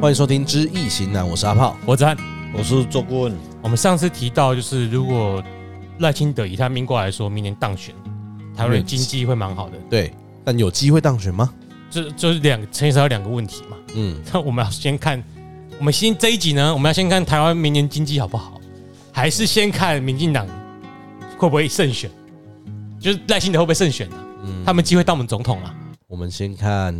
欢迎收听《知易行难》，我是阿炮。我赞。我是周顾问，我们上次提到，就是如果赖清德以他民国来说，明年当选，台嗯湾的经济会蛮好的。对，但有机会当选吗？这就是两个牵扯到两个问题嘛。 嗯，那我们要先看，我们先这一集呢，我们要先看台湾明年经济好不好，还是先看民进党会不会胜选？就是赖清德会不会胜选、啊、嗯他们机会当我们总统了、我们先看，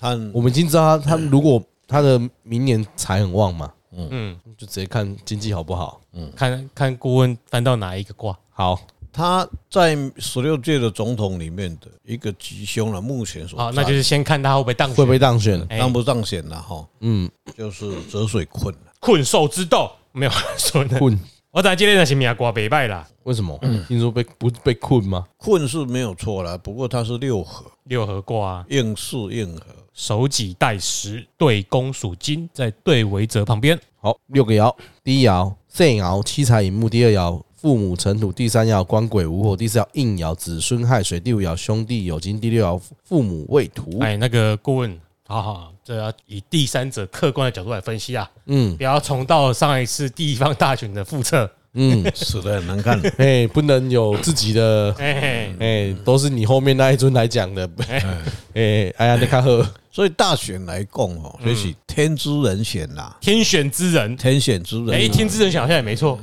看我们已经知道他，他如果他的明年财很旺嘛，嗯，就直接看经济好不好。看看顾问翻到哪一个卦？好，他在十六届的总统里面的一个吉凶了，目前所好，啊那就是先看他会不会当选，会不会当 选？哎当不当选了哈，嗯，就是折水困了。困兽之斗？没有 说的。困？我知道今天的是名卦北败啦，为什么？嗯听说被不被困吗？困是没有错啦，不过它是六合，六合卦、啊。应是应合，手己带时，对公属金，在对为泽旁边。好，六个爻，第一爻震爻七财寅木，第二爻父母尘土，第三爻官鬼无火，第四爻应爻子孙亥水，第五爻兄弟有金，第六爻父母未土。哎，那个顾问，好好，这要以第三者客观的角度来分析啊，嗯不要重蹈上一次地方大选的覆辙。嗯， 死的很 难看。哎，不能有自己的哎、嘿哎、都是你后面那一尊来讲的。哎，哎呀，你看呵，所以大选来共哦，所以嗯是天之人选啦，天选之人，天选之人。哎、天之人选好像也没错，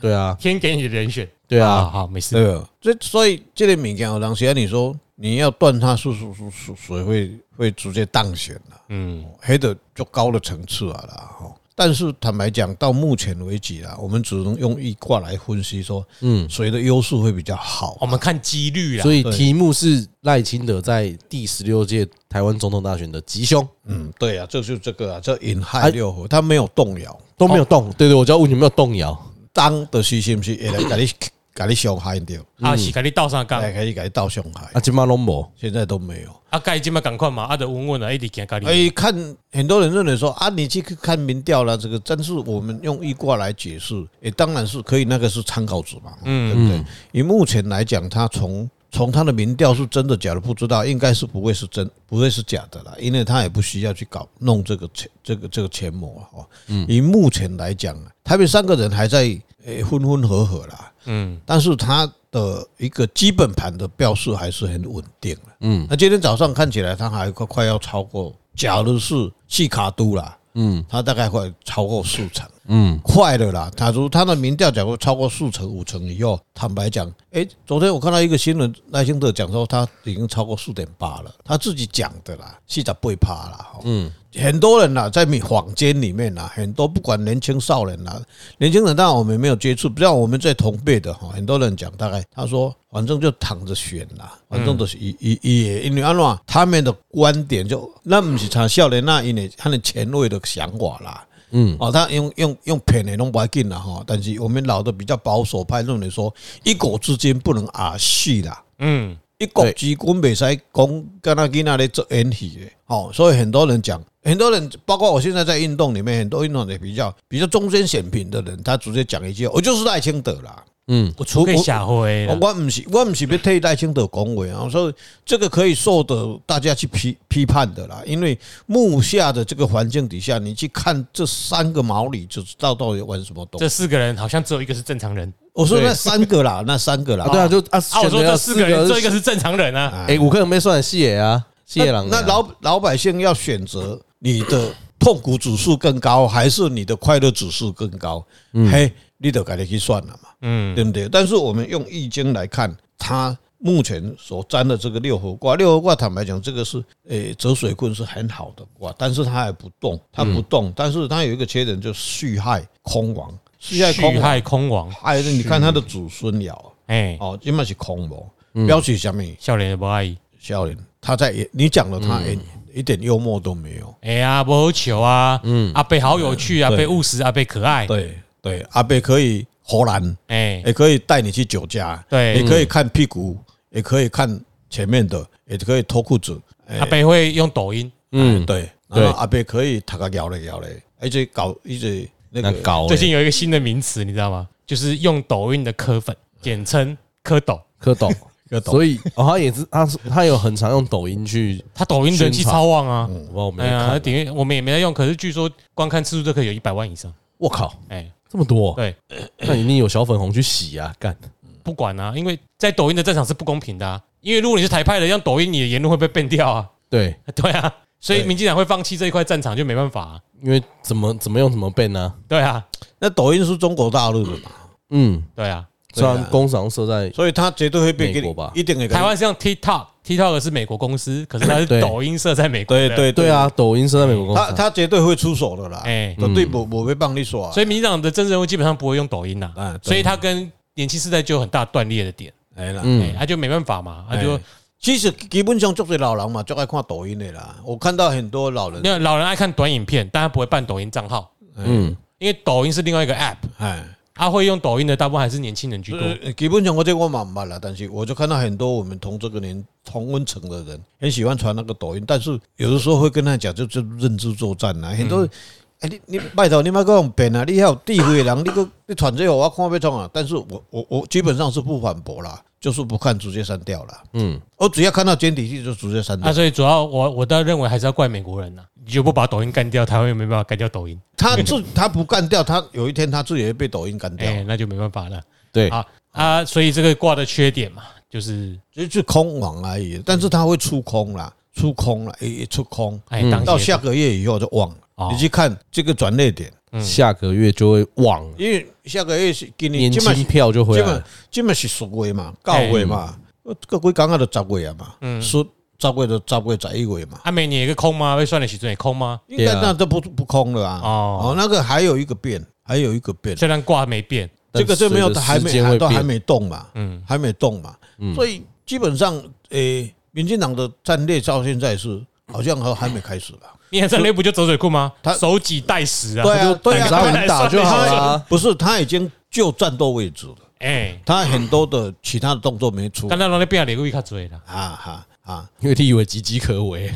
对啊，天给你的人选。对好啊，好，没事。对吧？这所以这类物件，有当时啊你说你要断它是是是是谁会会直接当选啦，嗯，黑的就高的层次啊啦哈。但是坦白讲，到目前为止啦，我们只能用易卦来分析说，嗯，谁的优势会比较好我。们看几率啦。所以对题目是赖清德在第十六届台湾总统大选的吉凶嗯，对啊，就是这个啊，这引亥六合，它没有动摇，都哦没有动，对对，我就要问有没有动摇。当的是是不是也来给你 给你伤害掉，啊，是给你倒上杠，来给你给你倒伤害啊，，金马龙博，现在都没有。啊，该今麦赶快嘛，啊，得稳稳的，一直行咖哎、喱。看很多人认为说啊，你去看民调了，这个但是我们用易卦来解释，也当然是可以，那个是参考值嘛，嗯，对不对？以目前来讲，他从从他的民调是真的假的不知道，应该是不会是真，不会是假的啦，因为他也不需要去搞弄这个钱，这个这个钱模啊。哦以目前来讲啊，台北三个人还在诶分分合合啦，嗯，但是它的一个基本盘的标示还是很稳定了。嗯嗯，那今天早上看起来它还快快要超过，假如是细卡都啦，嗯它大概会超过四成，嗯，快了啦。假如它的民调假如超过四成五成以后，坦白讲，诶，昨天我看到一个新闻，赖清德讲说他已经超过四点八了，他自己讲的啦，四十八趴啦。嗯，很多人呐，在民坊间里面呐，很多不管年轻少年呐，年轻人当然我们没有接触，不像我们在同辈的哈，很多人讲大概他说反正就躺着选啦，反正都是一一一，因为安怎他们的观点就那不是像少年那因为他的前卫的想法啦。嗯，哦，他用用用骗的拢不要紧啦哈，但是我们老的比较保守派认为说，一国之间不能儿戏啦，嗯，一国对之君未使讲跟那囡仔咧做演戏的，哦，所以很多人讲，很多人包括我现在在运动里面，很多运动的比较比较中间选品的人，他直接讲一句，我就是赖清德啦，嗯，我出给下啊回啦哦我。我不是我不是要替赖清德恭维啊，所以这个可以受得大家去批批判的啦，因为目下的这个环境底下，你去看这三个毛里，就知道到底玩什么东这西。四个人好像只有一个是正常人。我说对那三个啦，那三个啦啊，，对啊，就啊，啊，我说选了这四个人，这一个是，是正常人啊。哎，五个人被算谢啊，谢那郎，那老老百姓要选择你的痛苦指数更高，还是你的快乐指数更高？嘿，你得赶紧去算了嘛，嗯，对不对？但是我们用易经来看，它目前所占的这个六合卦，六合卦坦白讲，这个是诶折水棍是很好的卦，但是它还不动，它不动，但是它有一个缺点，就是戌亥空亡，戌亥空虚亡，害空亡，还有你看它的子孙爻哎，哦，今嘛是空亡，表示什么？笑脸的不爱，笑脸，他在演，你讲了他演，一点幽默都没有。哎呀，不好球啊，嗯，阿贝好有趣啊，对被务实，阿贝可爱，对对，阿贝可以荷兰，哎，也可以带你去酒家，对也可以看屁股，也可以看前面的，也可以脱裤子。哎阿贝啊会用抖音，嗯，对，对然后阿贝可以他个摇嘞摇嘞，一直搞一直那那个搞最近有一个新的名词，你知道吗？就是用抖音的磕粉，简称磕抖， 蝌蚪，个懂所以、哦、他也是，他是他有很常用抖音去，他抖音人气宣传超旺啊！嗯我不知道我没哎有呀，那看，点阅我们也没在用，可是据说观看次数都可以有一百万以上。我靠，哎，这么多，对，那一定有小粉红去洗啊，干，不管啊，因为在抖音的战场是不公平的、啊，因为如果你是台派的，让抖音你的言论会被变掉啊，对，对啊，所以对民进党会放弃这一块战场就没办法、啊，因为怎么怎么用怎么变呢、对啊，那抖音是中国大陆的嘛，嗯，对啊，虽对然啊工厂设在所以他绝对会被嗯给美你国吧一定会给你台湾是像 TikTok，TikTok 是美国公司，可是它对是抖音设在美国，对，对对，啊，抖音设在美国工他厂，他绝对会出手的啦，哎、绝对我我会帮你说啊，所以民进党的政治人物基本上不会用抖音呐、啊哎对所以他跟年轻世代就有很大断裂的点，哎啦，哎、嗯，他就没办法嘛，他就哎其实基本上就是老人嘛，就爱看抖音的啦，我看到很多老人，那老人爱看短影片，但他不会办抖音账号，嗯，因为抖音是另外一个 app，哎。他会用抖音的大部分还是年轻人居多。呃基本上我这我蛮不了，但是我就看到很多我们同这个年同温层的人很喜欢传那个抖音，但是有的时候会跟他讲，就就认知作战啊，很多。哎、你你拜托你莫讲变啊！你还有地位的人，你个你传这个我看要创啊！但是我我我基本上是不反驳啦，就是不看直接删掉啦。嗯，我只要看到简体字就直接删啊，掉。所以主要我我倒认为还是要怪美国人呐、你就不把抖音干掉，台湾也没办法干掉抖音，他自他不干掉，他有一天他自己也会被抖音干掉，哎，那就没办法了。对，啊啊，所以这个挂的缺点嘛，就是就是空网而已。但是他会出空啦，出空啦，也也出空。哎嗯，当到时下个月以后就忘了哦。你去看这个转捩点，嗯下个月就会旺，因为下个月是今年年基本轻啊票就回基来了本，基本是十月嘛，九月嘛，个几工啊就十月啊嘛，十十月就十月十一月嘛，阿美啊你有一个空吗？被算的时准也空吗？应该那都不不空了啊。哦哦，那个还有一个变，还有一个变，虽然挂没变，这个就没有但还随着时没间还会都还变嗯没动嘛，嗯，还没动嘛，所以基本上诶，民进党的战略到现在是好像还还没开始吧？你看这内部就走水库吗？他守己待时啊，对啊，对只要啊，稳打就好了。不是他已经就战斗位置了。哎，他很多的其他的动作没出刚才那边脸会卡嘴啦，啊哈啊，因为立委岌岌可危，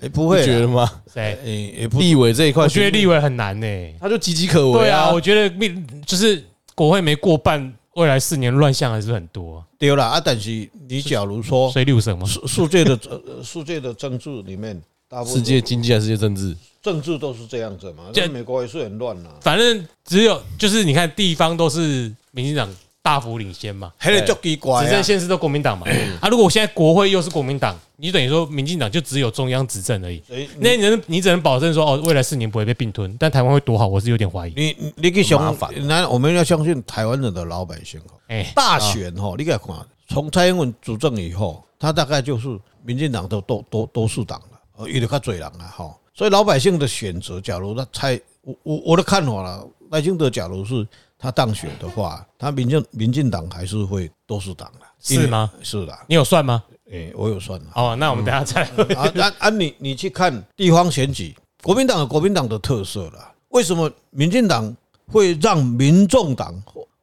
也不不会觉啦，得吗？谁？诶也不立委这一块，哎我觉得立委很难呢、他就岌岌可危对啊，我觉得命就是国会没过半，未来四年乱象还是很多、丢了啊。但是你假如说所以六省嘛，世世界的呃世界的政治里面，大部世分界经济还是世界政治，政治都是这样子嘛，这这美国也是很乱啊呐。反正只有就是你看地方都是民进党大幅领先嘛，还得就奇怪执啊政！县市都国民 党嘛。啊，如果现在国会又是国民党，你等于说民进党就只有中央执政而已。诶你那你能你只能保证说哦，未来四年不会被并吞，但台湾会多好，我是有点怀疑。你你你去麻想烦，那我们要相信台湾人的老百姓哦。哎，大选哈，你给看，从蔡英文主政以后，他大概就是民进党的多多多数党了，呃，有点较嘴人了哈。所以老百姓的选择，假如他蔡，我我我的看法了，赖清德假如是他当选的话，他民进民进党还是会多数党了，是吗？是啦，你有算吗？诶、我有算了。哦，那我们等一嗯下再来 问。啊，那啊，你你去看地方选举，国民党有国民党的特色啦。为什么民进党会让民众党、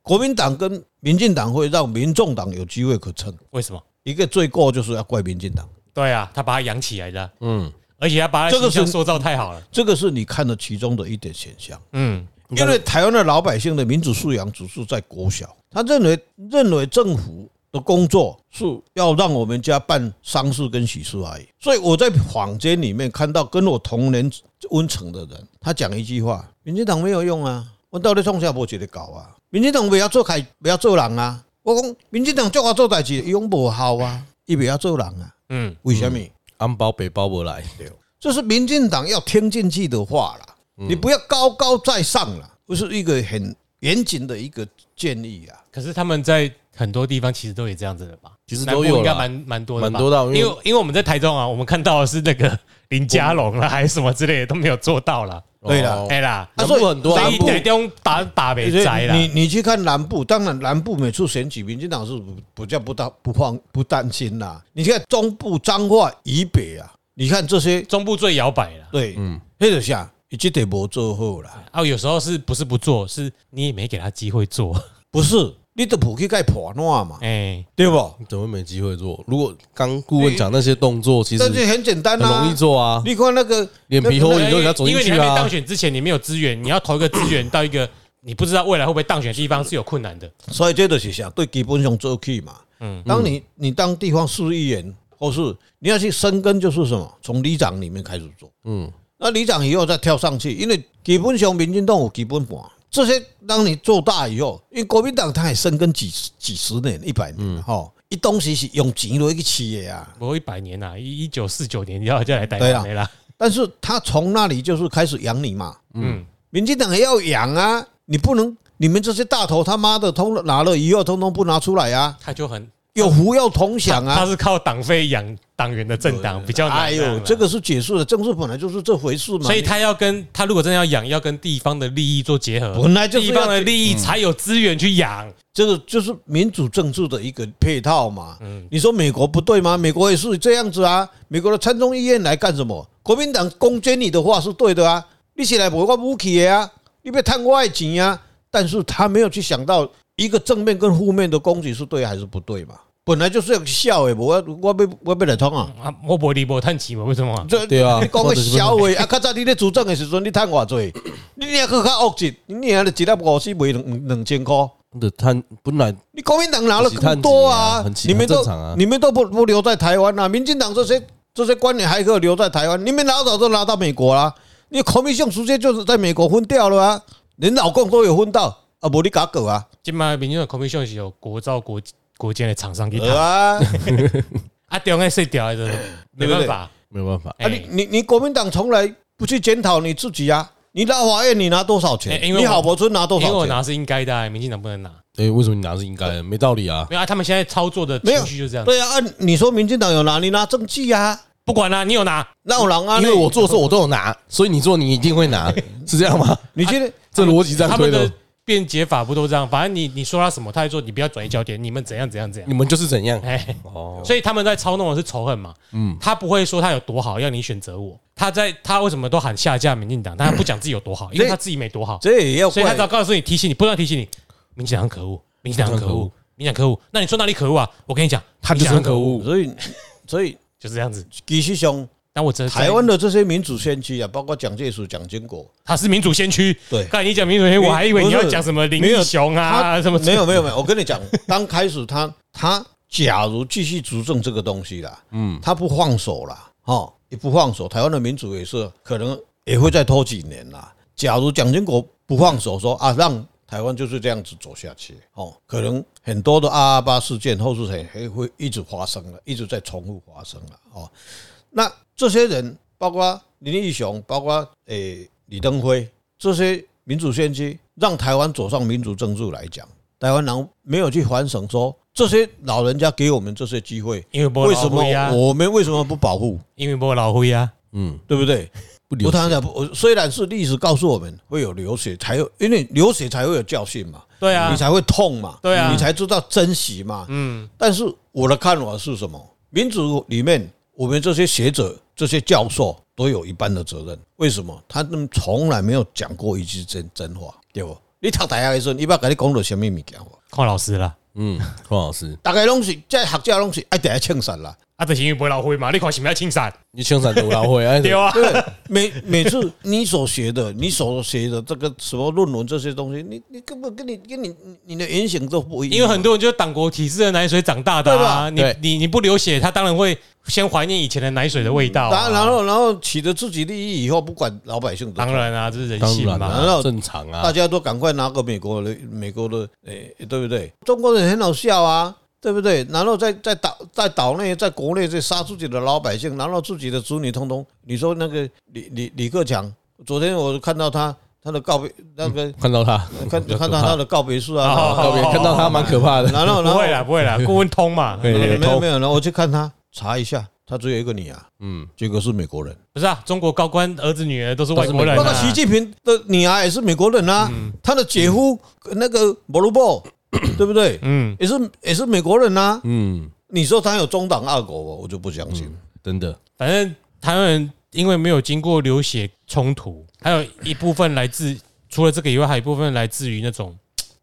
国民党跟民进党会让民众党有机会可乘？为什么？一个罪过就是要怪民进党，对啊，他把它养起来的，嗯，而且他把他这个形象是塑造太好了。这个是你看的其中的一点现象。嗯，因为台湾的老百姓的民主素养指数在国小，他认为认为政府的工作是要让我们家办丧事跟喜事而已。所以我在坊间里面看到跟我同年温层的人，他讲一句话：民进党没有用啊，我到底创下无一个搞啊？民进党不要做开，不要做人啊！我讲民进党做啊做代志，用无效啊，伊不要做人啊？嗯，为什么？安包北包不来，这是民进党要听进去的话啦，嗯你不要高高在上啦，不是一个很严谨的一个建议啊。可是他们在很多地方其实都也这样子的吧？其实南部都有应该啦蛮，蛮多的蛮吧，多的，啊因为因为我们在台中啊，我们看到的是那个林佳龙啦，还是什么之类的都没有做到啦。对啦哦哎啦，南所以部很多，啊所南以部台中打打北宅啦你，你去看南部，当然南部每次选举，民进党是不叫不担不放不担心啦。你看中部彰化以北啊，你看这些中部最摇摆啦。对，嗯，黑的下已经得无做好啦，啊，有时候是不是不做，是你也没给他机会 做。不是你的普去盖破烂嘛，哎，对不？怎么没机会做？如果刚顾问讲那些动作，其实但是很简单很啊，容易。做啊，你看那个脸皮厚因你都为给他走因进为你去还没啊当。选之前，你没有资源，你要投一个资源到一个你不知道未来会不会当选的地方是有困难的。所以这就是啥对基本上做起嘛。嗯当你你当地方市议员或是你要去深耕，就是什么，从里长里面开始做。嗯那里长以后再跳上去，因为基本上民进党有基本盘，这些当你做大以后，因为国民党它也深耕几十几十年、一百年，吼、伊当时是用钱落去饲的啊，不过一百年呐，一一九四九年你要就来台对湾啦没啦，但是他从那里就是开始养你嘛，嗯，民进党也要养啊，你不能你们这些大头他妈的通拿了以后，通通不拿出来啊，他就很有福要同享他啊。是靠党费养党员的政党，比较难。啊哎呦，这，个是解释的，政治本来就是这回事嘛。所以他要跟他如果真的要养，要跟地方的利益做结合，本来就是地要嗯方的利益才有资源去养。这个就是民主政治的一个配套嘛。嗯你说美国不对吗？美国也是这样子啊。美国的参众议院来干什么？国民党攻击你的话是对的啊，你起来不我武器的啊，你别贪我爱情啊。但是他没有去想到一个正面跟负面的攻击是对还是不对嘛。本来就是要笑的，我我被我被来通啊。啊，我不离我叹气嘛，为什么？这对啊你讲个小话啊！较早你咧主政的时阵，你趁偌济，你也去较恶质，你也一粒五四卖两两千块。的贪本来你国民党拿了更多啊很，奇你很们都正常啊你们都不不留在台湾啊，民进党这些这些官员还可以留在台湾，你们老早都拿到美国啦，你孔明秀直接就是在美国分掉了啊，连老公都有分到啊，无你搞狗啊，今嘛民进党 commission 是有国造国国间的厂商给呃他，啊，啊，中央卸掉的，没办法。没有办法，啊你你你国民党从来不去检讨你自己啊，你拉法院你拿多少钱哎？因为我你郝柏村拿多因为少我钱？拿是应该的啊，民进党不能拿。哎，为什么你拿是应该的？没道理啊！没有啊，他们现在操作的没有情绪就是嗯这样。对啊，啊你说民进党有拿，你拿证据啊，不管啦，你有拿，那有人啊，因为我做的时候 我都有拿，所以你做你一定会拿，是这样吗？你今天 这逻辑这样他推们的的，辩解法不都这样？反正你你说他什么，他就说你不要转移焦点，你们怎样怎样怎样。你们就是怎样哎，哦？所以他们在操弄的是仇恨嘛。嗯，他不会说他有多好，要你选择我。他在他为什么都喊下架民进党，但他不讲自己有多好，因为他自己没多好，这也要所以他怪只要告诉你提醒你，不断提醒你，民进党很可恶，民进党很可恶，民进党可恶。那你说哪里可恶啊？我跟你讲，他就是民进很党很可可恶，恶，所以所以就是这样子。其实上。但我真的台湾的这些民主先驱啊，包括蒋介石、蒋经国，他是民主先驱。对刚才你讲民主先驱，我还以为你要讲什么林没有义雄他啊，什么没有没有没有，我跟你讲， 刚开始他他假如继续执政这个东西啦，嗯，他不放手啦，哦，也不放手，台湾的民主也是可能也会再拖几年啦。假如蒋经国不放手说啊，让台湾就是这样子走下去，哦，可能很多的阿拉巴事件后续还还会一直发生了，一直在重复发生了，哦，那这些人，包括林义雄，包括诶、李登辉这些民主先驱，让台湾走上民主政治来讲，台湾人没有去反省说，这些老人家给我们这些机会，因为没有为什老灰啊么我们为什么不保护？因为没有老灰啊，嗯，对不对？不我留常常讲，我虽然是历史告诉我们会有流血，才有因为流血才会有教训嘛，对啊你，才会痛嘛，对啊你才知道珍惜嘛，嗯，但是我的看法是什么？民主里面，我们这些学者、这些教授都有一半的责任。为什么？他们从来没有讲过一句真真话，对不？你读大学的时候，伊捌甲你讲到什么物件无？看老师啦，嗯，黄老师，大概拢是这学者拢是哎爱第一清散啦。啊，这是因为没有老灰嘛，你看是不是要清散？你清散都老会哎，对啊， 对，每每次你所学的、你所学的这个什么论文这些东西，你你根本跟你跟你你你的言行都不一样。因为很多人就是党国体制的奶水长大的啊，你对吧对你你不流血，他当然会先怀念以前的奶水的味道然啊。后然后然后取得自己利益以后，不管老百姓的当然啊，这是人当性然嘛。啦，正常大啊，家都赶快拿个美国的美国的，诶、对不对？中国人很好笑啊，对不对？然后在在岛在岛内在国内在杀自己的老百姓，然后自己的子女通通，你说那个李李李克强，昨天我看到他他的告别那个、看到他，看看到他的告别式哦啊，告别，看到他蛮可怕的，然后不然后会啦，不会 啦，顾问通嘛，对没对有没对有没有，然后我去看他查一下，他只有一个女啊，嗯，结果是美国人。不是啊，中国高官儿子女儿都是外国人包括啊习。近平的女儿也是美国人啊，他的姐夫那个摩鲁波，对不对？嗯嗯，也是也是美国人呐、嗯，你说他有中党二国，我就不相信。真的，反正台湾人因为没有经过流血冲突，还有一部分来自除了这个以外，还有一部分来自于那种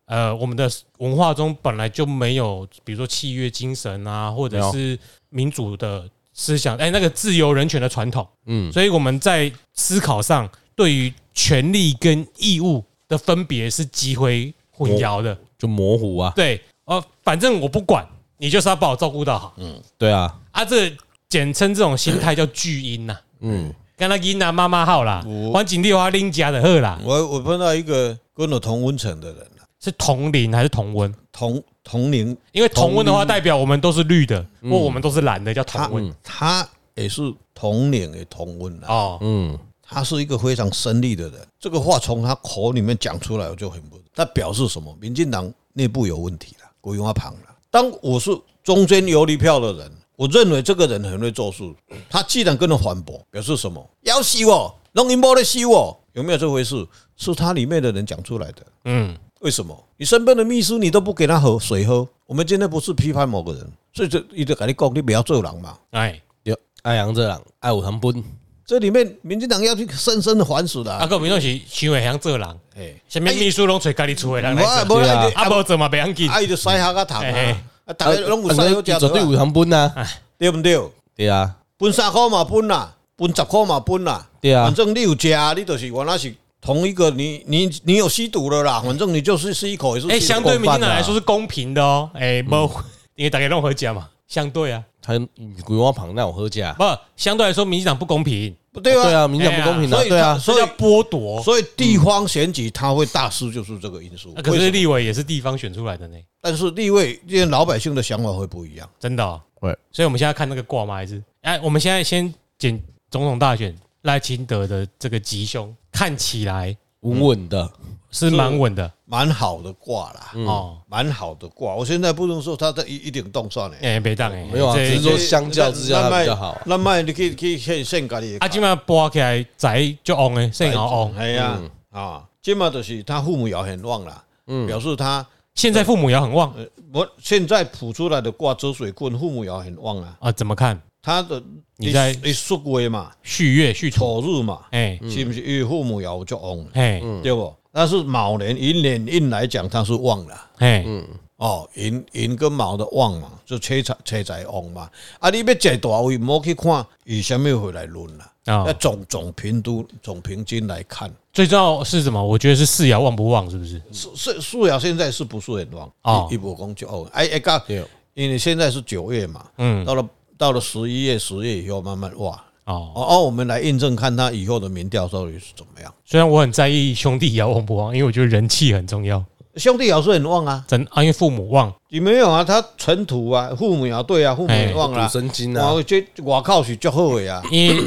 呃我们的文化中本来就没有，比如说契约精神啊，或者没有是民主的思想，哎，那个自由人权的传统，嗯，所以我们在思考上对于权利跟义务的分别是极为混淆的。就模糊啊，对，呃，反正我不管，你就是要把我照顾到好对啊，啊。这个简称这种心态叫巨婴啊呐，嗯，跟那婴啊妈妈好啦我，环境六花拎啊家的好啦，我我碰到一个跟我同温层的人啊是同龄还是同温？同同龄，因为同温的话，同龄嗯啊代表我们都是绿的，或我们都是蓝的，叫他同温他也是同龄也同温啊，哦。嗯，他是一个非常生力的人。这个话从他口里面讲出来，我就很不，他表示什么？民进党内部有问题了，国用阿旁了。当我是中间游离票的人，我认为这个人很会做事。他既然跟人反驳，表示什么？要死我，弄赢波的死我，有没有这回事？是他里面的人讲出来的。嗯，为什么？你身边的秘书你都不给他喝水喝？我们今天不是批判某个人，所以这一直跟你讲，你不要做人嘛。哎，有爱阳这人爱有糖分，这里面民进党要去深深的反思的、啊，啊。个民众是想会晓做人，哎、什么秘书拢找家己厝的人来啊，做，无对啊啦，啊，无做嘛袂要紧。啊，伊就塞下个糖嘿嘿啊，啊，大家拢有塞好啊食绝对有糖分啊，对不对？对啊，分三块嘛分啦，分十块嘛分啦，对啊反，正你有食，你就是原来是同一个，你你你有吸毒了啦，反正你就是吃一口也是哎，吸相毒。对民进党来说是公平的哦。嗯哎，无，因为大家拢合家嘛，相对啊，还鬼王旁那种喝价，不，相对来说民进党不公平，不对对啊，啊，民调不公平啊，所以对啊，所以要剥夺。所以地方选举它会大失就是这个因素那。可为是什么？立委也是地方选出来的呢，但是地位，因为老百姓的想法会不一样。真的、哦。对，所以我们现在看那个挂吗？还是哎，我们现在先简总统大选赖清德的这个吉凶，看起来稳稳的，是蛮稳的蛮好的卦啦，哦。蛮好的卦。我现在不能说它的一一定动算呢。哎，别当哎，没有啊，这只是说相较之下它比较好啊，那卖你可以可以献献给你的啊，今晚播起来宅就 on 哎，剩好 on。系啊，嗯啊，即嘛就是他父母也很旺啦，表示他现在父母也很旺哎呃，我现在谱出来的卦周水棍，父母也很旺啊。啊，怎么看？他的你在你宿位嘛，续月续丑，丑日嘛，嗯哎是不是？因为父母爻就旺了，哎对不？但是卯年寅年印来讲，它是旺了。哎，嗯哦，寅寅跟卯的旺嘛，就车财车财旺嘛。啊，你要坐大位，唔好去看以什么回来论啦。啊嗯要，总总平都总平均来看，最重要是什么？我觉得是四爻旺不旺，是不是？嗯是是素雅现在是不是很旺哦一一波公就哦，哎哎刚，对因为现在是九月嘛，嗯，到了到了十一月、十月以后慢慢哇，哦，哦哦，我们来印证看他以后的民调到底是怎么样。虽然我很在意兄弟爻旺不旺，因为我觉得人气很重要。兄弟爻是很旺啊，真啊，因为父母旺，你没有啊？他尘土啊，父母爻对啊，父母也旺赌哎啦，神经啊，我这我靠是较好的啊，因为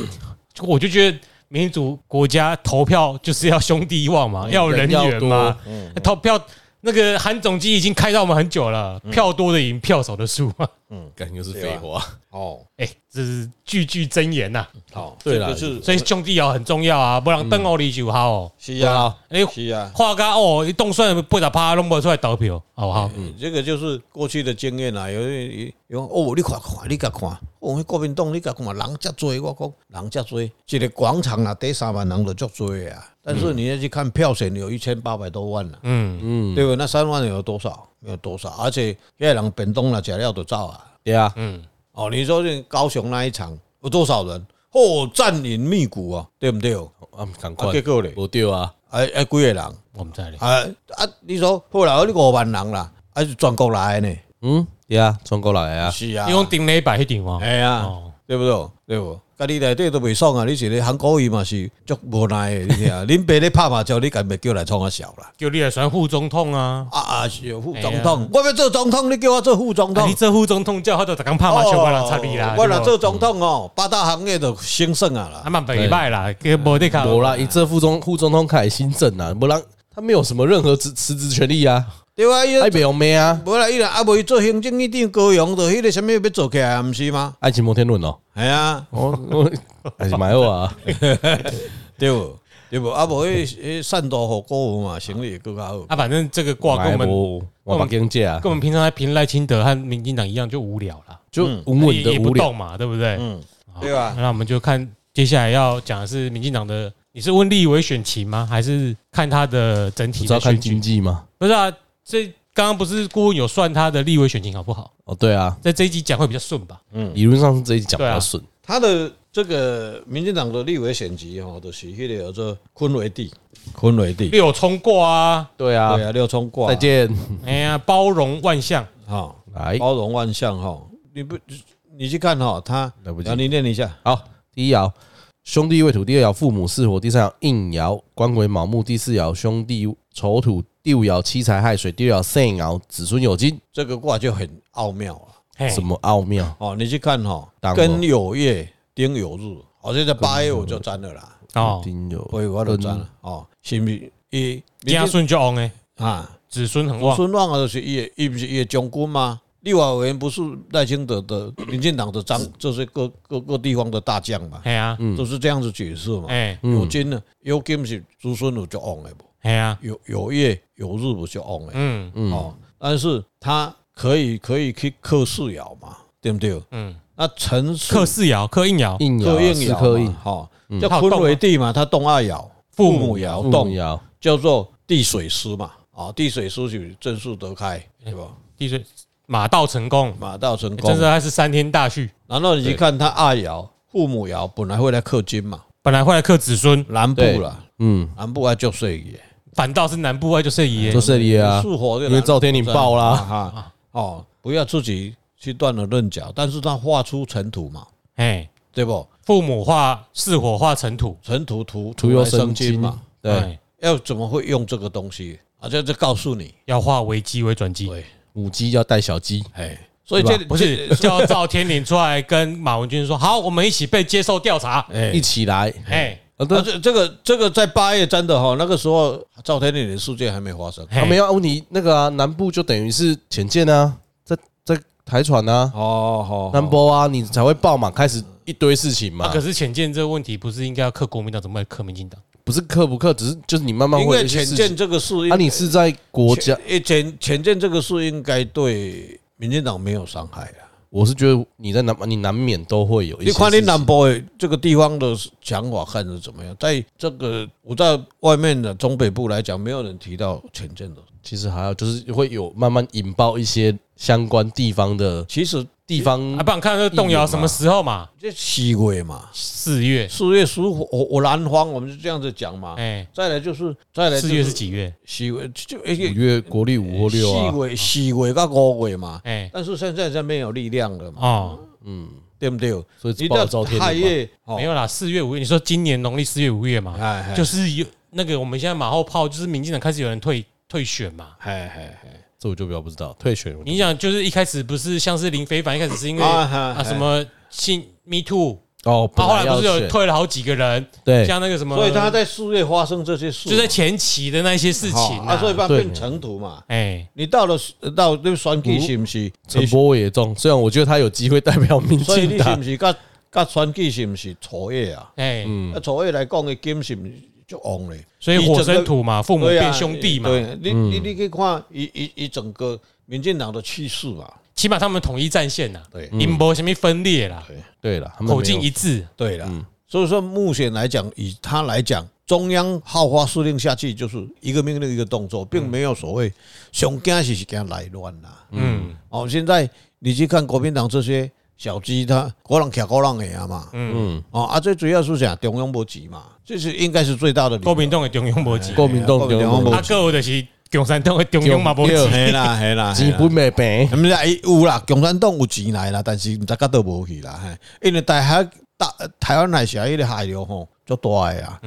我就觉得民主国家投票就是要兄弟旺嘛，嗯要人缘嘛，投票。那个韩总机已经开到我们很久了，票多的赢，票少的输嘛。 感觉是废话，哦，哎，这是句句真言呐，好，对啦了，就是所以兄弟爻很重要啊，不然邓欧里就好哦。是啊，你是啊，画家哦，你动算不打趴弄不出来投票，好不好？嗯这个就是过去的经验啦。有有有哦，你看看，你甲看，哦，迄国民党你甲看，人遮多，我讲人遮多，一个广场啊，第三万人就足多的啊。但是你要去看票选，有一千八百多万了、啊，嗯，嗯，对不对？那三万有多少？没有多少，而且那些人本东了，假料都造啊。对啊，哦，你说这高雄那一场有多少人？哦，占领密谷啊，对不对？啊，赶啊，快结，果嘞，不对啊，哎哎，几个人？啊我们再来。啊，你说后来你五万人啦，还是全国来的呢？嗯，对啊，中国来的啊，是啊，你讲顶礼拜迄场哦，哎呀哦，对不对？对不？家己内底都袂爽啊！你是咧韩国语嘛是足无奈的，你 听啊！恁爸咧拍麻将，你敢袂叫来创啊笑啦？叫你来选副总统啊，啊啊是副哎呀总统，我要做总统，你叫我做副总啊统你。这副总统叫他都逐工拍麻将，我人插你啦哦，对我若不做总统哦，八大行业都兴盛啊啊啦。嘛袂歹啦，给无得看。无啦，以这副中副总统凯新政啊，不然他没有什么任何职辞职权利啊，对啊，伊爱表妹啊，无啦，伊若啊无伊做行政院长高雄，就迄个什么要做起来，毋是吗？爱情摩天轮哦，系啊，哦，我 还是蛮好啊，对不？对不？啊无迄迄善导火锅嘛，生意会更较好。啊，反正这个挂跟我们跟我我把跟借啊，我们平常在评赖清德和民进党一样，就无聊啦，就稳稳的嗯也也无不聊，动嘛，对不对？嗯，对吧？那我们就看接下来要讲的是民进党的，你是问立委选情吗？还是看他的整体你知道的看选情？经济吗？不是啊，这刚刚不是顾问有算他的立委选情好不好？哦，对啊，在这一集讲会比较顺吧？理论上是这一集讲比较顺，他的这个民进党的立委选举吼，就是迄个叫做昆维地，昆维地，六冲过啊，对啊对，啊，六冲挂，再见，哎呀，包容万象，哈，来，包容万象哈。你不，你去看哈，他来不及啊，。你念一下，好，第一爻兄弟未土，第二爻父母巳火，第三爻应爻官鬼卯木，第四爻兄弟丑土，第五爻七财亥水，第六爻肾爻子孙有金。这个卦就很奥妙了。嘿，什么奥妙？哦，你去看哈当，我庚酉月，丁酉日，哦，这个八月我就占了嗯啦，哦，丁有嗯我我都占了哦，是不是？伊家孙就旺哎，啊，子孙很子旺，孙旺的就是伊的，伊不是伊的将军吗？立法委员不是赖清德的民进党的张，这是各各各地方的大将嘛，哎呀，嗯都是这样子解释嘛。哎有金呢，有金是子孙有就旺的不？哎呀，有有月有日不就旺的？嗯哦，但是他可以可以去克四爻嘛，对不对？嗯，那辰数克四爻，克应爻，应克爻应四爻克嘛应，哈，叫坤为地嘛，它动二爻，父父母母父爻母动爻叫做地水师嘛，啊，地水师就是正数得开，对吧？滴水马到成功，马到成真功是，他是三天大畜，然后你去看它二爻，父母爻本来会来克金嘛，本来会来克子孙，南部对啦，嗯，南部啊就水也，反倒是南部外就是爷就，嗯是你啊，是火的，因为赵天麟爆啦哈，哦，不要自己去断了论脚，但是它画出尘土嘛，哎，对不？父母化巳火化尘土，尘土土除土忧来生生金金嘛，，对，哎，要怎么会用这个东西啊？这就告诉你，要化危机为转机，对，母鸡要带小鸡，哎，所以对吧这不是叫赵天麟出来跟马文君说，好，我们一起被接受调查，哎一起来。哎，啊，那对，这这个这个在八月真的哈，那个时候赵天麟的事件还没发生啊，嘿没有啊问题，那个啊，南部就等于是潜舰啊，在在台船啊，哦，好南波啊，你才会爆嘛，开始一堆事情嘛嗯啊，。可是浅见这个问题不是应该要克国民党，怎么会克民进党？不是克不克，只是就是你慢慢因会有为一些浅事情见这个事，啊，你是在国家，诶浅浅见这个事应该对民进党没有伤害啊。我是觉得你在南，你难免都会有一些你事情。看你南部的这个地方的想法看是怎么样？在这个我在外面的中北部来讲，没有人提到浅见的。其实还有就是会有慢慢引爆一些相关地方的其实地方，嗯啊，不然看这动摇什么时候嘛？这四月嘛，四月，四月十五，我我南方我们就这样子讲嘛。哎，再来就是再来就四月是几月？四月就就五月国历五或六啊，四月四月到五月嘛。哎，但是现在这没有力量了嘛，哦，对不对？所以你爆到照天了亥嘛月，哦没，有啦，四月五月，你说今年农历四月五月嘛，哎，哎就是有那个我们现在马后炮，就是民进党开始有人退退选嘛。哎哎哎这我就比较不知道退选。你想，就是一开始不是像是林非凡，一开始是因为啊哈啊哎什么性 Me Too，哦，本他啊后来要不是有选退了好几个人，对像那个什么，哎所以他在四月发生这些事啊嘛，就在前期的那些事情哦啊啊，，所以把它对变成土嘛。哎，你到了到那个选举是不是？陈柏伟也中，虽然我觉得他有机会代表民所以进你是党不，是甲甲选举是不是丑月啊？哎，啊，丑月来讲的金是不是就旺嘞？所以火生土嘛，父母对啊变兄弟嘛，嗯对，你你你可以看一一一整个民进党的气势嘛。起码他们统一战线啊呐，对因波什么分裂啦，对对了，嗯他们没有口径一致，对嗯了，所以说目前来讲，以他来讲，中央好发司令下去就是一个命令一个动作，并没有所谓熊惊是惊来乱啦。嗯哦，现在你去看国民党这些小鸡，他国人卡国人的啊嘛。嗯，嗯，哦啊，最主要是讲中央不急嘛，这是应该是最大的理由国民党的中央无钱，国民国党民党啊，个有就是共产党的中央嘛无对 钱，嘿啦嘿啦，基嘿啦本没病，毋是啊，伊有啦，共产党有钱来啦，但是毋知甲倒无去啦，嘿，因为大海大台湾哎海峡迄个海流吼，足大个啊，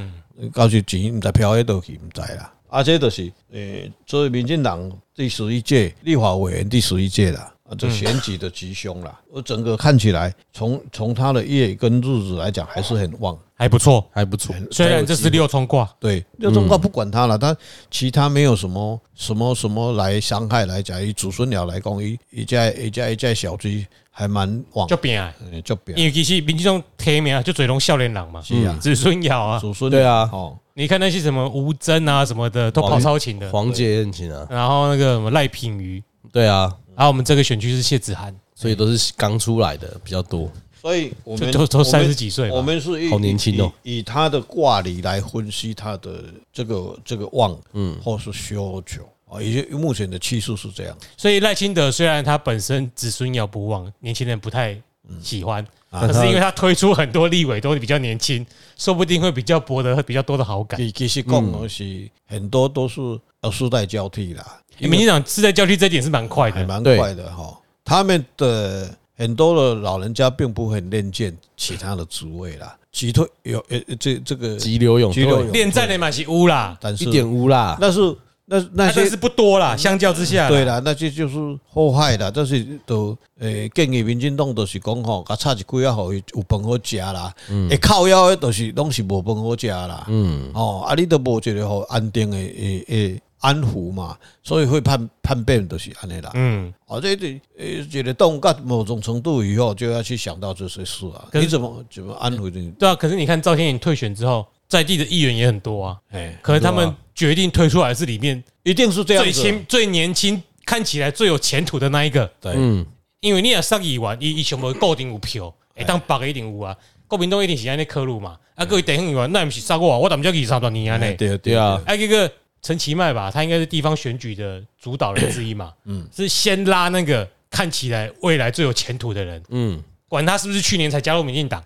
到时钱毋知飘迄倒去，毋知啦。啊，这就是诶，作为民进党第十一届立法委员第十一届啦，啊，这选举的吉凶啦，我整个看起来，从从他的月跟日子来讲，还是很旺。还不错。还不错。虽然这是六冲卦，对，六中卦不管他了，他其他没有什么什么什么来伤害来讲，以祖孙鸟来讲，一一家一家一家小鸡还蛮旺就，变啊，嗯就表因为其实民进党提名啊就最拢少年郎嘛，是啊，子孙爻啊，祖孙对啊哦，你看那些什么吴征啊什么的，都跑超勤的，黄杰认亲啊，然后那个什么赖品妤，对啊，然后我们这个选区是谢子涵，所以都是刚出来的比较多。所以我们就都都我们三十几岁吧我们是以好年轻哦以以他的卦理来分析他的这个这个旺，嗯，或是休求啊，也就目前的气数是这样所以赖清德虽然他本身子孙爻不旺，年轻人不太喜欢，嗯但是因为他推出很多立委都比较年轻，说不定会比较博得比较多的好感。其其实讲的是很多都是要世代交替啦，欸民进党是在教区这一点是蛮快还的，蛮对快的哈。他们的很多的老人家并不很认见其他的职位啦，急退有呃呃这这个，急流勇急流退勇恋战的嘛是污啦，但是一点污啦，但是那那啊但些是不多啦，相较之下，对，啦，那些就是祸害啦，这是都诶建议民进党就是讲吼，甲插一几啊，互伊有饭好食啦，嗯会靠腰的，就是拢是无饭好食啦，嗯，哦，啊，你都无一个好安定的诶诶安抚嘛，所以会叛叛变就是安尼啦，嗯，啊，这这诶一个动到某种程度以后，就要去想到这些事啊，可是你怎么怎么安抚你？对啊。可是你看赵天颖退选之后，在地的议员也很多啊，哎，可能他们决定推出来是里面一定是这样最子啊，新、最年轻、看起来最有前途的那一个，对，嗯，因为你也上议员，伊伊全部固定有票，会当白个一定有啊，国民党一定是安尼科路嘛，啊，各位地方议员那不是杀我啊，我怎么叫二十三多年安尼？对对啊，哎，这个陈其迈吧，他应该是地方选举的主导人之一嘛，嗯，是先拉那个看起来未来最有前途的人，嗯，管他是不是去年才加入民进党，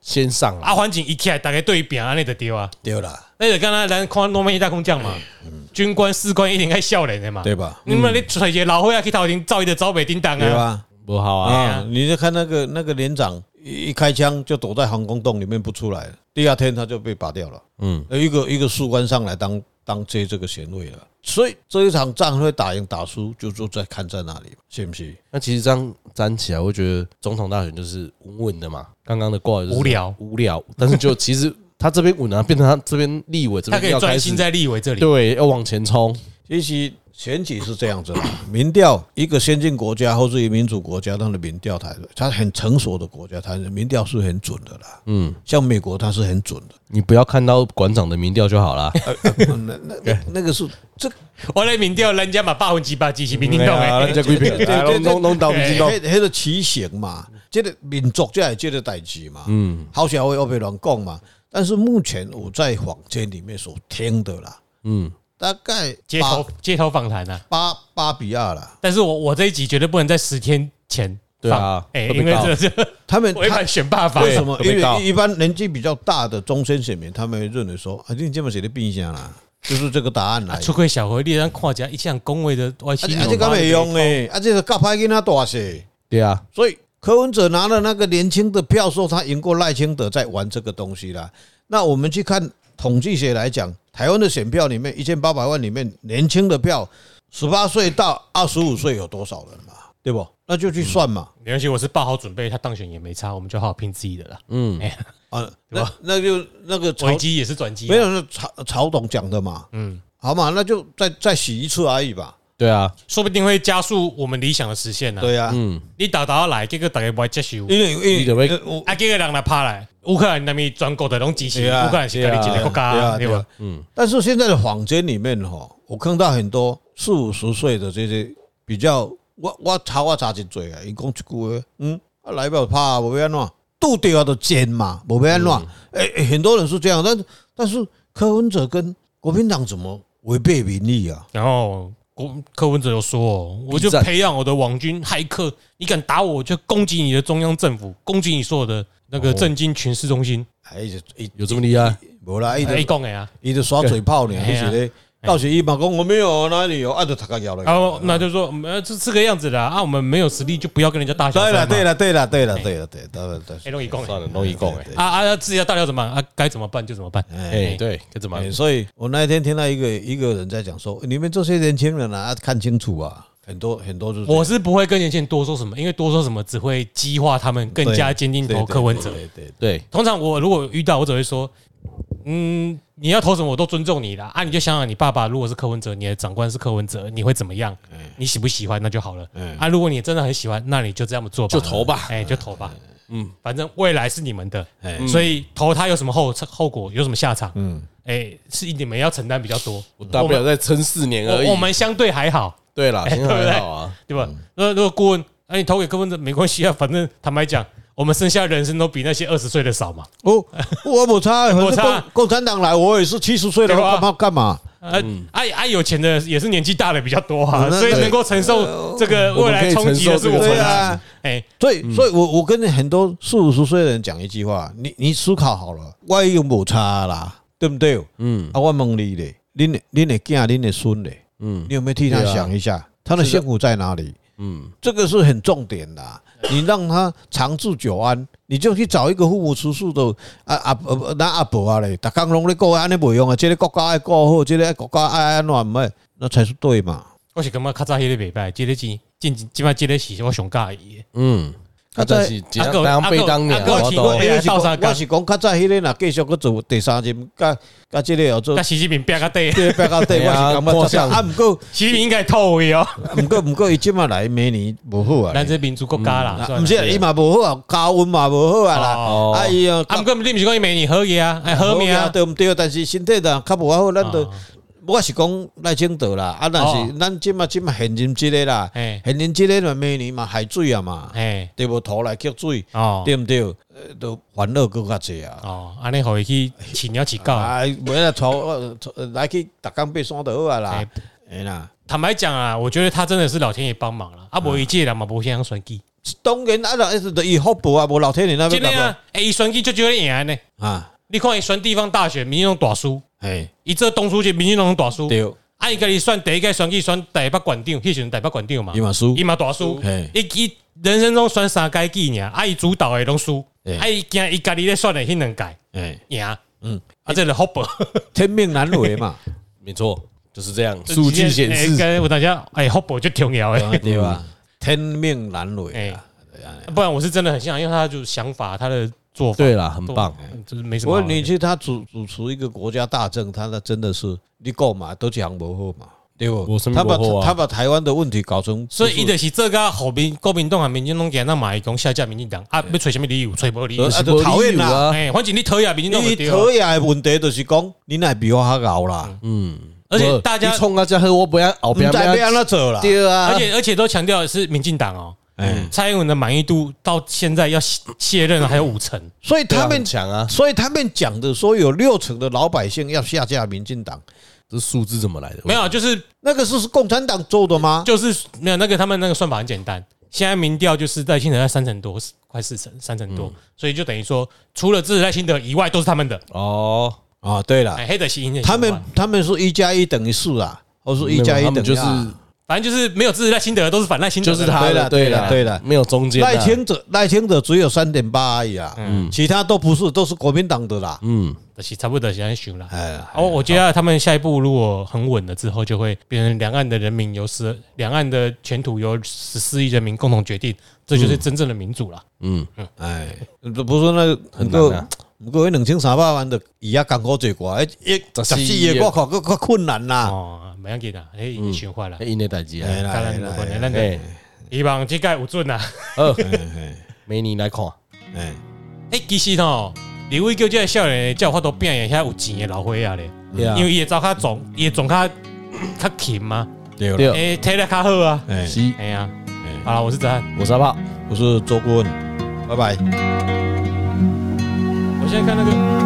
先上啦，啊，环境一起来，大家对比安尼就对啊，对啦，那就刚才咱看诺曼底大空降嘛，军官士官一定该笑脸的嘛，嗯对吧？你们你找一个老伙仔去头前照伊的招北叮当对啊，吧？不好啊，啊，你就看那个那个连长一一开枪就躲在航空洞里面不出来，第二天他就被拔掉了。呃嗯，一个一个士官上来当当接这个衔位了，所以这一场仗会打赢打输，就就在看在那里，是不是？那其实这样粘起来，我觉得总统大选就是稳稳的嘛。刚刚的挂就是无聊无聊，但是就其实他这边稳啊，变成他这边立委这他可边以要开专始心在立委这里，对要往前冲，其实选举是这样子的， 民调一个先进国家或是一个民主国家，它的民调台，它很成熟的国家，它的民调是很准的啦。嗯，像美国它是很准的，呃你不要看到馆长的民调就好啦。那那那那个是这我来民调，人家嘛百分之八几是民进党哎呀的人，家规对对啊平，对来拢拢拢到民进党迄迄个畸形嘛，这个民族才会这个代志嘛。嗯，好社会我别乱讲嘛。但是目前我在坊间里面所听的啦，嗯，大概街头街头访谈啊。八八八比二啦，但是我我这一集绝对不能在十天前对啊放哎，会被因为告这这他们违他反选罢法。为什么？对因被告为一般年纪比较大的终身选民，他们会认为说，啊，你这么写的病下啦，就是这个答案啊来。出轨小狐狸，让看起来一向恭维的外啊，星这啊这个没用诶，啊，这个搞歹跟他大些。对啊，所以柯文哲拿了那个年轻的票数，他赢过赖清德，在玩这个东西啦。那我们去看统计学来讲，台湾的选票里面一千八百万里面，年轻的票十八岁到二十五岁有多少人嘛？对不？那就去算嘛。没关系，我是报好准备，他当选也没差，我们就好好拼自己的啦。嗯，啊，对那那就那个曹危机也是转机啊没，有是曹曹董讲的嘛，嗯，好嘛，那就再再洗一次而已吧。对啊，说不定会加速我们理想的实现呢。对呀、啊，嗯，你打打来，结果大家不会接受。因为因为你就要呃我啊，这个人来拍来，乌克兰那边全国的拢支持，对啊乌克兰是家己一个国对啊家，对对啊吧？但是现在的坊间里面哈，我看到很多四五十岁的这些比较，我我查我查真多啊，伊讲一句话，嗯，啊来吧，怕啊，无要安怎，拄着啊就剪嘛，无要安怎，嗯诶、诶很多人是这样，但但是柯文哲跟国民党怎么违背民意啊？然后国柯文哲就说、哦：“我就战培养我的网军骇客，你敢打我，我就攻击你的中央政府，攻击你所有的那个政经群市中心。哎，就伊有这么厉害？无啦，伊哎”一就讲的啊，伊就耍嘴炮呢，对而且咧，哎到时伊嘛讲我没有哪里有，啊就他家摇了。然后那就说：“呃，这这个样子的啊，啊我们没有实力就不要跟人家大小对声嘛。”了对了对了对了对了对了对了对哎，了，容易讲的算了，弄一共哎，啊啊，自己要大小怎么办啊？该怎么办就怎么办。哎，对，该怎么办哎，？所以我那一天听到一个一个人在讲说，你们这些年轻人啊，看清楚啊，很多很多就是这样我是不会跟年轻人多说什么，因为多说什么只会激化他们更加坚定投柯文哲。对对对对，通常我如果遇到，我只会说，嗯，你要投什么我都尊重你啦。啊，你就想想你爸爸如果是柯文哲，你的长官是柯文哲，你会怎么样？你喜不喜欢那就好了。啊，如果你真的很喜欢，那你就这样做吧，就投吧哎，就投吧。嗯，反正未来是你们的，哎所以投他有什么后后果，有什么下场？嗯，哎，是你们要承担比较多。我大不了再撑四年而我我已。们相对还好，对啦，哎现在还好啊，对吧？那如果顾问，那你投给柯文哲没关系啊，反正坦白讲，我们剩下人生都比那些二十岁的少嘛。哦，我不差，反没正 差共共产党来，我也是七十岁了，对啊我吧干嘛干嘛？呃，啊啊，有钱的也是年纪大的比较多啊，嗯那所以对能够承受这个我未们可来以冲击承的受这是个我冲击对们。啊，哎，所以，所以我我跟很多四五十岁的人讲一句话，你你思考好了，我已经无差啦，对不对？嗯啊，我问你嘞，恁的恁的囝、恁的孙嘞，嗯你有没有替他对啊想一下，他的是的幸福在哪里？嗯，这个是很重点的啊、你让他长治久安，你就去找一个父母慈父的啊啊伯那阿伯啊嘞，大家拢咧顾安尼袂用啊，这个国家爱顾好，这个国家爱安怎唔爱，那才是对嘛。我是感觉较早迄个袂歹，即个钱，今即摆即个是我上介意的。嗯，啊，啊但在是只要啊还有当被当年，还有我还有都对啊我是讲斗相共我是讲较早迄个若继续去做第三任，甲甲即个要做甲。习近平拼较底， 这个白到底，我对 是啊感觉看较早上啊，毋过习近平应该透位哦。 毋过毋过，伊即马来明年无 好啊咱咧，这民族国家啦，啊毋是啊伊嘛无好啊，高温嘛无好啊啦，哦啊伊啊，啊，毋过你毋是讲伊明年好嘢啊，哎好命啊，对毋对？但是身体的较无好，咱就哦我是讲赖清德啦，啊，但是咱即马即马现任即个啦，哎现任即个嘛明年嘛海水啊嘛，哎对无土来吸水，哦对毋对？呃都烦恼更较济啊。哦，安尼互伊去饲鸟饲狗。啊，袂啦，从 来去逐工爬山就好啊啦哎，哎啦，坦白讲啊，我觉得他真的是老天爷帮忙了。啊，无伊这个人嘛，无啥人选举，当然啊，那是伊福报啊，无老天爷那真边的啊，哎，伊选举就觉得赢呢。啊，你看伊选地方大选，民进党大输，哎，伊这当初就民进党大输。对，啊，伊家己选第一届选举选台北县长，迄时阵台北县长嘛伊，嘛输伊，嘛大输嘿，伊伊人生中选三届举尔，啊，伊主导的拢输，嘿啊，伊惊伊家己咧选的迄两届哎，赢，啊，嗯，这个福报。天命难违嘛，没错，就是这样。数据显哎示，跟我等一下，哎，福报就重要诶。对吧？嗯天命难违哎啊。不然我是真的很像，因为他就是想法，他的做法，对啦，很棒。就是没什不么好过的。你去他主主持一个国家大政，他那真的是你购买都讲不好嘛，对没不什？么他把不好啊他把台湾的问题搞成，所以伊就是这个后面国民党和民进党给那马伊讲下架民进党啊，要找什么理由？找无理由呃。啊就是没就讨厌啦理由啊，哎，反正你讨厌民进党就你对啊讨了，厌的啊问题就是讲，你乃比我还搞啦，嗯，而且不大家你冲啊，这喝我不要，我我不要们不嗯再被要让他走了。丢啊，而且而且都强调的是民进党哦。哎，蔡英文的满意度到现在要卸卸任了，还有五成。所以对啊他很们强啊，所以他们讲的说有六成的老百姓要下架民进党，这数字怎么来的？没有，啊就是那个是是共产党做的吗？就是没有那个他们那个算法很简单。现在民调就是赖清德在三成多，快四成，三成多，所以就等于说，除了支持赖清德以外，都是他们的。哦，啊，对了，哎，黑的吸引他们他们说一加一等于四啊，或是一加一他们等就于是二。啊反正就是没有支持赖清德的，都是反赖清德就的。是他了，对了啦对啦没有中间的啊赖清德赖清德只有三点八而已啊，其他都不是，都是国民党的啦。嗯，就是差不多是安想啦。哎，哦，我觉得他们下一步如果很稳了之后，就会变成两岸的人民由十两岸的全土由十四亿人民共同决定，这就是真正的民主啦。嗯，哎，不不是那个很难啊。不过两千三百万的伊也艰苦最寡，哎，一十十四四亿啊亿我靠，更更困难啦。哦，没要紧啦，哎，已经想法啦，因的代志哎啊，啦当然哎无啦可能，哎咱就哎，希望这届有准啦。呃，哎美女来看，哎，哎，其实吼，李伟叫这个少年的，才有法度变成遐有钱的老伙仔咧，嗯对啊因为伊会走较总，伊会总较 较勤嘛，对了，对，哎，体力较好啊。哎，是，哎呀，啊哎好了，我是子涵。我是阿炮。我是周顾问，拜拜。我现在看那个。